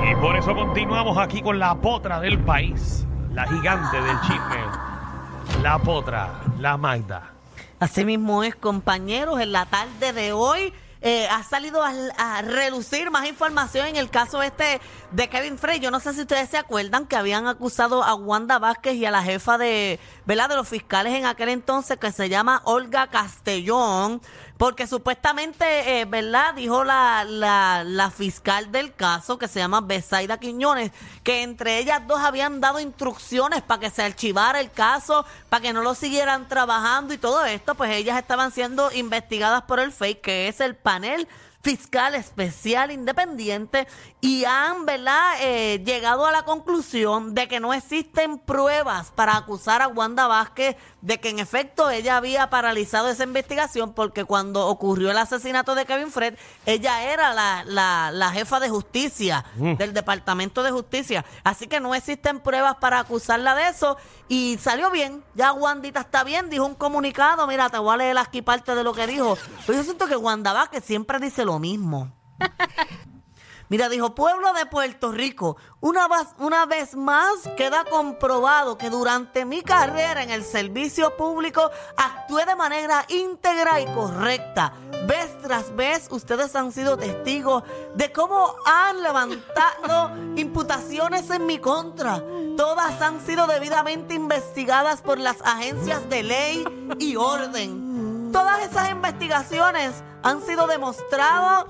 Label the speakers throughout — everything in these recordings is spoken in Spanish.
Speaker 1: Y por eso continuamos aquí con la potra del país, la gigante del chisme, la potra, la Magda.
Speaker 2: Así mismo es, compañeros, en la tarde de hoy eh, ha salido a, a relucir más información en el caso este de Kevin Frey. Yo no sé si ustedes se acuerdan que habían acusado a Wanda Vázquez y a la jefa de, ¿verdad? de los fiscales en aquel entonces que se llama Olga Castellón, porque supuestamente, eh, ¿verdad? Dijo la, la, la fiscal del caso, que se llama Besaida Quiñones, que entre ellas dos habían dado instrucciones para que se archivara el caso, para que no lo siguieran trabajando y todo esto, pues ellas estaban siendo investigadas por el FEI, que es el panel fiscal especial independiente y han ¿verdad? Eh, llegado a la conclusión de que no existen pruebas para acusar a Wanda Vázquez de que en efecto ella había paralizado esa investigación porque cuando ocurrió el asesinato de Kevin Fred, ella era la, la, la jefa de justicia del Departamento de Justicia. Así que no existen pruebas para acusarla de eso y salió bien. Ya Wandita está bien, dijo un comunicado. Mira, te voy a leer aquí parte de lo que dijo. Pero yo siento que Wanda Vázquez siempre dice lo mismo. Mira, dijo, pueblo de Puerto Rico, una, vas- una vez más queda comprobado que durante mi carrera en el servicio público actué de manera íntegra y correcta. Vez tras vez ustedes han sido testigos de cómo han levantado imputaciones en mi contra. Todas han sido debidamente investigadas por las agencias de ley y orden. Todas esas investigaciones han sido demostradas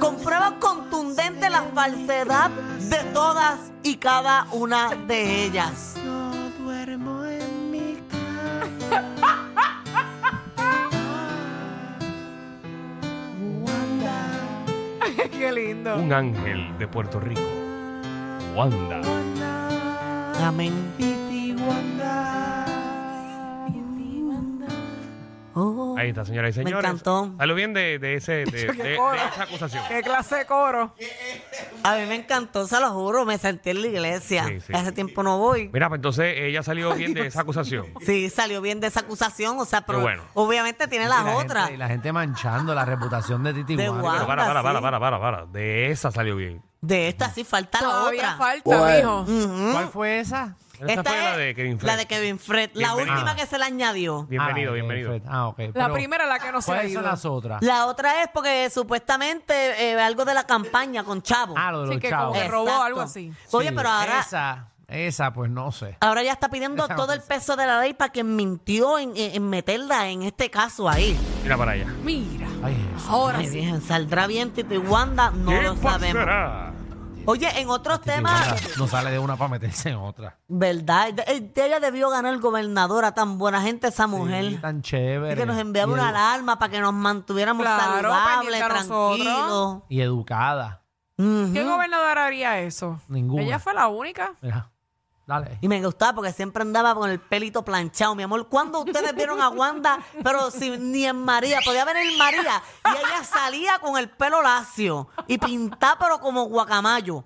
Speaker 2: con pruebas contundentes la falsedad de todas y cada una de ellas.
Speaker 3: Qué lindo.
Speaker 1: Un ángel de Puerto Rico, Wanda.
Speaker 2: Amén. Oh,
Speaker 1: Ahí está, señoras y
Speaker 2: Me
Speaker 1: señores.
Speaker 2: encantó.
Speaker 1: Hablo bien de, de ese, de,
Speaker 3: Qué
Speaker 1: de-
Speaker 3: coro.
Speaker 1: de esa acusación.
Speaker 3: Qué clase de coro.
Speaker 2: a mí me encantó, se lo juro, me senté en la iglesia.
Speaker 1: Sí, sí.
Speaker 2: Hace tiempo no voy.
Speaker 1: Mira, pues entonces ella salió bien de esa acusación.
Speaker 2: Sí, salió bien de esa acusación, o sea, pero
Speaker 1: bueno.
Speaker 2: obviamente tiene
Speaker 4: Y
Speaker 2: las
Speaker 4: la gente-
Speaker 2: otras.
Speaker 4: y la gente manchando la reputación de Titi
Speaker 2: De
Speaker 4: Wanda.
Speaker 2: Wanda.
Speaker 1: Pero para, para,
Speaker 2: sí.
Speaker 1: para, para, para, para. De esa salió bien.
Speaker 2: De esta sí falta la
Speaker 3: Todavía
Speaker 2: otra.
Speaker 3: Ah, falta,
Speaker 4: Pues,
Speaker 3: mijo.
Speaker 4: mm, ¿Cuál fue esa?
Speaker 1: Esa
Speaker 2: Esta
Speaker 1: fue la
Speaker 2: es
Speaker 1: de Kevin Fred.
Speaker 2: La de Kevin Fred, la
Speaker 1: Bienvenido.
Speaker 2: última
Speaker 4: Ah.
Speaker 2: que se le añadió.
Speaker 1: Bienvenido,
Speaker 4: Ah,
Speaker 1: bienvenido.
Speaker 4: Fred. Ah, ok.
Speaker 3: La
Speaker 4: Pero,
Speaker 3: primera la que no se ha
Speaker 4: ¿Cuáles son
Speaker 3: ido.
Speaker 4: las otras?
Speaker 2: La otra es porque supuestamente eh, algo de la campaña con Chavo.
Speaker 4: Ah, lo de
Speaker 3: Sí,
Speaker 4: los
Speaker 3: que
Speaker 4: chavos.
Speaker 3: como que robó,
Speaker 2: Exacto.
Speaker 3: algo así.
Speaker 2: Oye,
Speaker 4: Sí,
Speaker 2: pero ahora,
Speaker 4: Esa, esa, pues no sé.
Speaker 2: ahora ya está pidiendo
Speaker 4: Esa no
Speaker 2: todo el peso de la ley para que mintió en, en- en meterla en este caso ahí.
Speaker 1: Mira para allá.
Speaker 3: Mira.
Speaker 4: Ay, Jesús.
Speaker 3: Ahora
Speaker 2: Ay,
Speaker 3: sí.
Speaker 2: bien, ¿saldrá bien Tito y Wanda? No
Speaker 1: ¿Qué
Speaker 2: lo sabemos.
Speaker 1: pasará?
Speaker 2: Oye, en otros
Speaker 4: Titi
Speaker 2: temas,
Speaker 4: Wanda No sale de una para meterse en otra.
Speaker 2: ¿verdad? De- eh, de Ella debió ganar gobernadora, tan buena gente esa mujer.
Speaker 4: Sí, tan chévere.
Speaker 2: Y que nos enviaba
Speaker 4: Y
Speaker 2: una
Speaker 4: edu-
Speaker 2: alarma para que nos mantuviéramos
Speaker 3: Claro,
Speaker 2: saludables,
Speaker 3: pendiente a nosotros.
Speaker 2: tranquilos.
Speaker 4: Y educada.
Speaker 2: Ujú.
Speaker 3: ¿Qué gobernador haría eso?
Speaker 4: Ninguna.
Speaker 3: Ella fue la única.
Speaker 4: Mira, dale.
Speaker 2: Y me gustaba porque siempre andaba con el pelito planchado, mi amor. ¿Cuándo ustedes vieron a Wanda? Pero si, ni en María, podía ver en María. Y ella salía con el pelo lacio y pintaba, pero como guacamayo.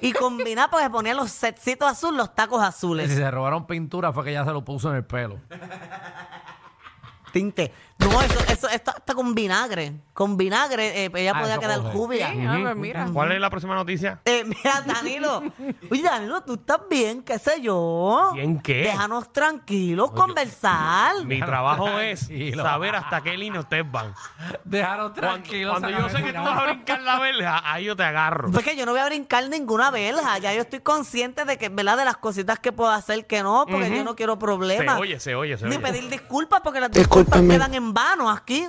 Speaker 2: Y combinaba porque ponía los setcitos azules, los tacos
Speaker 4: Si
Speaker 2: azules.
Speaker 4: se robaron pintura fue que ella se lo puso en el pelo.
Speaker 2: tinte. No, eso, eso está, está con vinagre. Con vinagre eh, ella
Speaker 4: Ah,
Speaker 2: podía
Speaker 4: eso
Speaker 2: quedar
Speaker 4: coge.
Speaker 2: júbila.
Speaker 3: Sí, ah, pues mira.
Speaker 1: ¿Cuál es la próxima noticia?
Speaker 2: Eh, mira, Danilo. Oye, Danilo, tú estás bien, qué sé yo.
Speaker 1: ¿Bien qué?
Speaker 2: Déjanos tranquilos, conversar.
Speaker 1: Mi trabajo es
Speaker 4: Tranquilo.
Speaker 1: saber hasta qué línea ustedes van.
Speaker 4: Dejaron
Speaker 1: Cuando,
Speaker 4: tranquilo.
Speaker 1: cuando yo sé que tú
Speaker 4: no
Speaker 1: vas a brincar la verja, ahí yo te agarro.
Speaker 2: Porque yo no voy a brincar ninguna verja. Ya yo estoy consciente de que, ¿verdad? De las cositas que puedo hacer que no, porque yo no quiero
Speaker 1: Se
Speaker 2: problemas.
Speaker 1: oye, se oye, se
Speaker 2: Ni
Speaker 1: oye.
Speaker 2: pedir disculpas porque las disculpas quedan en vano aquí.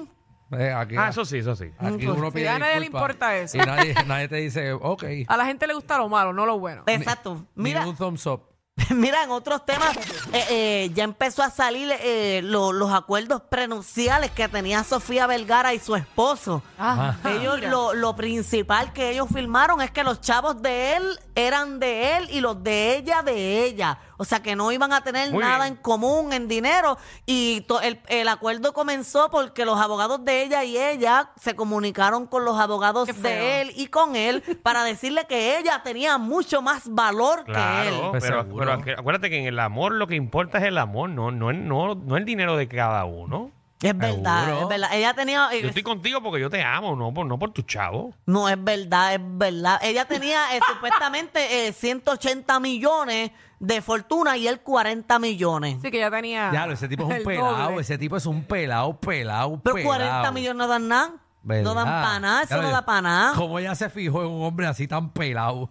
Speaker 4: aquí,
Speaker 1: Ah, eso sí, eso sí.
Speaker 4: aquí uno
Speaker 3: Sí,
Speaker 4: pide
Speaker 3: a nadie le
Speaker 4: disculpas
Speaker 3: importa eso.
Speaker 4: Y nadie, nadie te dice, ok.
Speaker 3: A la gente le gusta lo malo, no lo bueno.
Speaker 2: Exacto.
Speaker 4: Ni
Speaker 2: Ah, Mira,
Speaker 4: un thumbs up.
Speaker 2: mira, en otros temas eh, eh, ya empezó a salir eh, lo- los acuerdos prenupciales que tenía Sofía Vergara y su esposo.
Speaker 3: Ah,
Speaker 2: Ellos, lo, lo principal que ellos firmaron es que los chavos de él eran de él y los de ella de ella. O sea que no iban a tener
Speaker 1: Muy
Speaker 2: nada
Speaker 1: bien.
Speaker 2: en común en dinero. Y to- el, el acuerdo comenzó porque los abogados de ella y ella se comunicaron con los abogados
Speaker 3: Qué feo.
Speaker 2: de él y con él para decirle que ella tenía mucho más valor que él.
Speaker 1: Claro,
Speaker 4: Pues
Speaker 1: pero,
Speaker 4: seguro.
Speaker 1: pero acu- acuérdate que en el amor lo que importa es el amor, no, no, es- no, no el dinero de cada uno.
Speaker 2: Es verdad, es verdad. Ella tenía.
Speaker 1: Yo estoy contigo porque yo te amo, no por, no por tu chavo.
Speaker 2: No, es verdad, es verdad. Ella tenía eh, supuestamente eh, 180 millones de fortuna y él 40 millones.
Speaker 3: Así que ya tenía.
Speaker 2: Ah,
Speaker 4: Ya, ese tipo es un
Speaker 3: el
Speaker 4: pelado.
Speaker 3: doble.
Speaker 4: Ese tipo es un pelado, pelado,
Speaker 2: Pero
Speaker 4: pelado.
Speaker 2: 40 millones no dan nada. No dan
Speaker 4: ¿Verdad?
Speaker 2: para nada, eso
Speaker 4: Ya lo
Speaker 2: no
Speaker 4: digo.
Speaker 2: da para nada.
Speaker 4: Como ella se fijó en un hombre así tan pelado.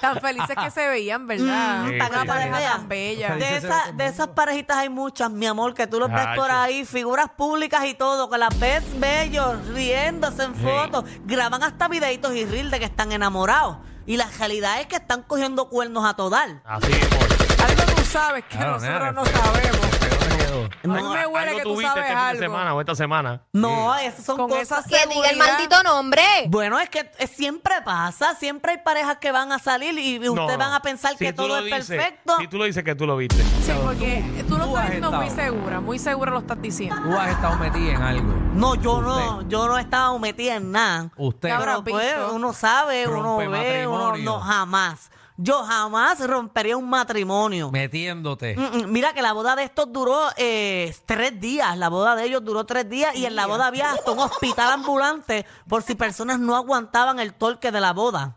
Speaker 3: Tan felices que se veían, ¿verdad?
Speaker 2: Mm,
Speaker 1: Sí,
Speaker 3: tan
Speaker 1: sí,
Speaker 3: una
Speaker 1: sí.
Speaker 3: pareja tan
Speaker 4: Felices.
Speaker 3: bella.
Speaker 2: De,
Speaker 4: Dice
Speaker 2: esa-
Speaker 4: ese-
Speaker 2: de esas parejitas hay muchas, mi amor, que tú los ves
Speaker 1: Chacho.
Speaker 2: por ahí, figuras públicas y todo, que las ves bellos, riéndose en fotos, graban hasta videitos y reels de que están enamorados. Y la realidad es que están cogiendo cuernos a todal.
Speaker 1: Así es. por-
Speaker 3: Algo tú sabes que
Speaker 4: Claro, nena,
Speaker 3: nosotros no
Speaker 4: qué feo.
Speaker 3: sabemos.
Speaker 4: Pero no quedó.
Speaker 3: A mí me huele
Speaker 1: algo
Speaker 3: que tú
Speaker 1: tuviste
Speaker 3: sabes
Speaker 1: este fin de
Speaker 3: algo.
Speaker 1: semana o esta semana.
Speaker 2: No, esas son
Speaker 3: Con
Speaker 2: cosas
Speaker 3: esa
Speaker 5: Que diga el
Speaker 3: seguridad.
Speaker 5: maldito nombre.
Speaker 2: Bueno, es que eh, siempre pasa, siempre hay parejas que van a salir y y
Speaker 1: No,
Speaker 2: ustedes van a pensar
Speaker 1: si
Speaker 2: que
Speaker 1: tú
Speaker 2: todo
Speaker 1: lo
Speaker 2: es
Speaker 1: dices,
Speaker 2: perfecto.
Speaker 1: Si tú lo dices que tú lo viste.
Speaker 3: Sí, porque tú lo
Speaker 4: tú
Speaker 3: estás
Speaker 4: has
Speaker 3: viendo muy
Speaker 4: estado.
Speaker 3: segura, muy segura lo estás diciendo.
Speaker 4: Tú has estado metida en algo.
Speaker 2: No, yo no, yo no estaba metida en nada.
Speaker 4: Usted.
Speaker 3: Cabrón.
Speaker 2: Pero
Speaker 3: Rompe
Speaker 2: pues,
Speaker 3: visto.
Speaker 2: uno sabe, uno
Speaker 4: Rompe
Speaker 2: ve, uno
Speaker 4: matrimonio.
Speaker 2: no jamás. Yo jamás rompería un matrimonio.
Speaker 4: Metiéndote.
Speaker 2: Mm, mm, Mira que la boda de estos duró eh, tres días, la boda de ellos duró tres días y en la boda había hasta un hospital ambulante por si personas no aguantaban el torque de la boda.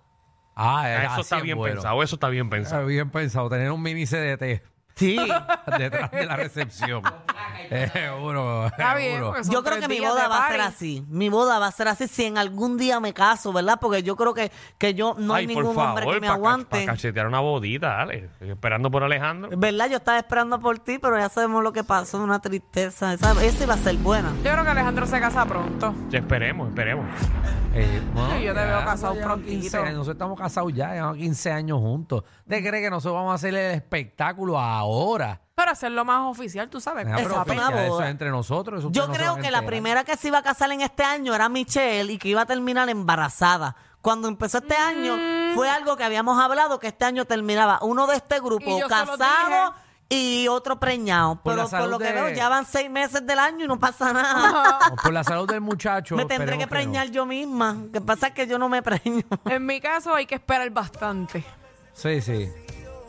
Speaker 4: Ah, eh,
Speaker 1: eso
Speaker 4: así
Speaker 1: está
Speaker 4: es
Speaker 1: bien
Speaker 4: bueno.
Speaker 1: pensado, eso está bien pensado.
Speaker 4: Está bien pensado. Tener un mini CDT
Speaker 2: Sí.
Speaker 4: detrás de la recepción. Eh, seguro.
Speaker 3: Está bien,
Speaker 4: seguro.
Speaker 3: porque son
Speaker 2: Yo creo
Speaker 3: tres
Speaker 2: que mi
Speaker 3: días
Speaker 2: boda
Speaker 3: de
Speaker 2: va a ser
Speaker 3: party.
Speaker 2: así. Mi boda va a ser así si en algún día me caso, ¿verdad? Porque yo creo que, que yo no hay
Speaker 1: Ay, por
Speaker 2: ningún
Speaker 1: favor,
Speaker 2: hombre que me
Speaker 1: para,
Speaker 2: aguante.
Speaker 1: cachetear una bodita, dale. Estoy esperando por Alejandro.
Speaker 2: ¿Verdad? Yo estaba esperando por ti, pero ya sabemos lo que pasó, una tristeza. Esa, esa iba a ser buena.
Speaker 3: Yo creo que Alejandro se casa pronto.
Speaker 1: Ya, esperemos, esperemos.
Speaker 4: Eh, bueno,
Speaker 3: Sí, yo te veo casado
Speaker 4: nosotros llevamos
Speaker 3: prontito.
Speaker 4: 15 años, nosotros estamos casados ya, llevamos 15 años juntos. ¿Usted cree que nosotros vamos a hacer el espectáculo ahora?
Speaker 3: Pero hacerlo más oficial, tú sabes.
Speaker 4: Nena,
Speaker 2: Eso
Speaker 4: pero
Speaker 2: es una
Speaker 4: oficial, eso
Speaker 2: boda.
Speaker 4: es entre nosotros. eso
Speaker 2: Yo
Speaker 4: ustedes no se
Speaker 2: creo
Speaker 4: van a
Speaker 2: que la
Speaker 4: enterar.
Speaker 2: primera que se iba a casar en este año era Michelle y que iba a terminar embarazada. Cuando empezó este año
Speaker 3: Mm.
Speaker 2: fue algo que habíamos hablado que este año terminaba uno de este grupo
Speaker 3: Y yo se lo
Speaker 2: casado y otro preñado.
Speaker 4: Por la
Speaker 2: Pero por lo
Speaker 4: salud
Speaker 2: que
Speaker 4: de-
Speaker 2: veo ya van seis meses del año y no pasa nada.
Speaker 4: No, Por la salud del muchacho.
Speaker 2: me tendré
Speaker 4: esperemos
Speaker 2: que
Speaker 4: no.
Speaker 2: preñar yo misma. Lo que pasa es que yo no me preño.
Speaker 3: En mi caso hay que esperar bastante.
Speaker 4: Sí, sí.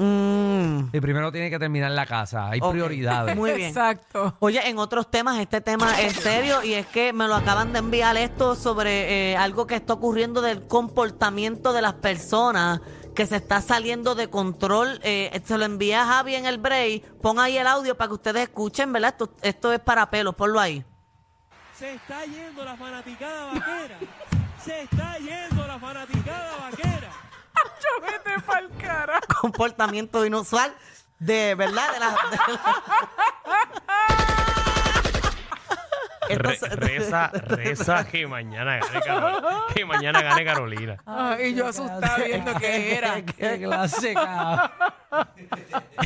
Speaker 2: Mm.
Speaker 4: Y primero tiene que terminar la casa. Hay
Speaker 2: Ok.
Speaker 4: prioridades.
Speaker 2: Muy bien.
Speaker 3: Exacto.
Speaker 2: Oye, en otros temas, este tema es serio y es que me lo acaban de enviar esto sobre eh, algo que está ocurriendo del comportamiento de las personas que se está saliendo de control. Eh, se lo envía a Javi en el break. Pon ahí el audio para que ustedes escuchen, ¿verdad? Esto, esto es para pelos, ponlo ahí.
Speaker 6: Se está yendo la fanaticada vaquera. Se está yendo la fanaticada vaquera.
Speaker 3: Yo vete pa'l cara.
Speaker 2: Comportamiento inusual de, ¿verdad? De las- de
Speaker 1: Re-
Speaker 2: las- Esto se-
Speaker 1: reza, reza que mañana gane Carolina. Que mañana gane Carolina.
Speaker 3: Ay, yo asustada viendo que era.
Speaker 4: Qué clase, cabrón.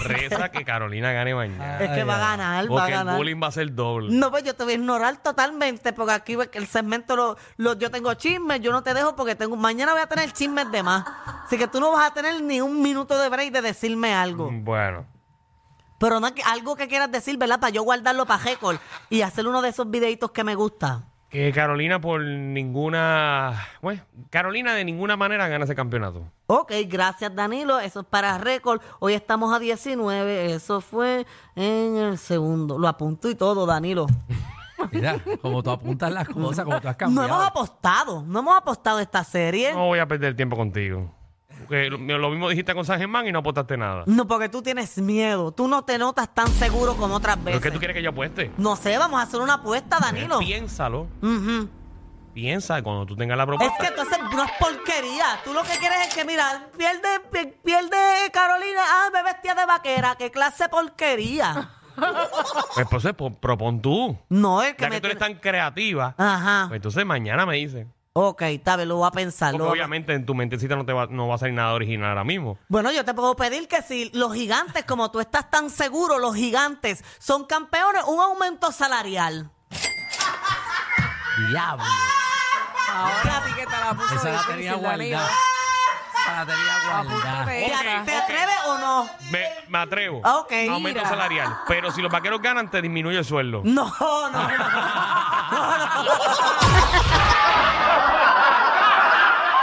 Speaker 1: Reza que Carolina gane mañana.
Speaker 2: es que va a ganar, Ah. va a
Speaker 1: Porque el
Speaker 2: ganar.
Speaker 1: bullying va a ser doble.
Speaker 2: No, pues yo te voy a ignorar totalmente porque aquí ve que el segmento lo, lo- yo tengo chismes, yo no te dejo porque tengo mañana voy a tener chismes de más. Así que tú no vas a tener ni un minuto de break de decirme algo.
Speaker 1: Bueno.
Speaker 2: Pero no, que- algo que quieras decir, ¿verdad? Para yo guardarlo para récord y hacer uno de esos videitos que me gusta.
Speaker 1: Que Carolina por ninguna... Bueno, Carolina de ninguna manera gana ese campeonato.
Speaker 2: Ok, gracias Danilo. Eso es para récord. Hoy estamos a 19. Eso fue en el segundo. Lo apunto y todo, Danilo.
Speaker 4: Mira, como tú apuntas las cosas, como tú has
Speaker 2: No
Speaker 4: cambiado.
Speaker 2: hemos apostado. No hemos apostado esta serie.
Speaker 1: No voy a perder tiempo contigo. Porque lo- lo mismo dijiste con San Germán y no apostaste nada.
Speaker 2: No, porque tú tienes miedo. Tú no te notas tan seguro como otras
Speaker 1: ¿Pero
Speaker 2: veces.
Speaker 1: qué tú quieres que yo apueste?
Speaker 2: No sé, vamos a hacer una apuesta, Danilo.
Speaker 1: Piénsalo.
Speaker 2: Ujú.
Speaker 1: Piensa cuando tú tengas la
Speaker 2: Es
Speaker 1: propuesta.
Speaker 2: que entonces no es porquería. Tú lo que quieres es que, mira, pierde, pi- pierde Carolina. Ah, me vestía de vaquera. ¿Qué clase de porquería?
Speaker 1: Pues, entonces, po- propon tú.
Speaker 2: No, es que
Speaker 1: Ya
Speaker 2: me.
Speaker 1: que tú eres
Speaker 2: tiene-
Speaker 1: tan creativa.
Speaker 2: Ajá.
Speaker 1: pues entonces mañana me dices.
Speaker 2: Ok, está bien, lo voy a pensar.
Speaker 1: Porque
Speaker 2: lo voy a-
Speaker 1: obviamente en tu mentecita no, te va, no va a salir nada original ahora mismo.
Speaker 2: Bueno, yo te puedo pedir que si los gigantes, como tú estás tan seguro, los gigantes son campeones, un aumento salarial.
Speaker 4: Diablo.
Speaker 3: Ahora sí que te la puso
Speaker 4: Esa la
Speaker 3: difícil,
Speaker 4: tenía
Speaker 3: Danilo.
Speaker 4: guardada. Esa la tenía guardada.
Speaker 3: Apúntate esa.
Speaker 2: ¿Te atreves o no?
Speaker 1: Me, me atrevo.
Speaker 2: Ah, ok.
Speaker 1: Aumento
Speaker 3: Mira.
Speaker 1: salarial. Pero si los vaqueros ganan, te disminuye el sueldo.
Speaker 2: No, no, no. No, no.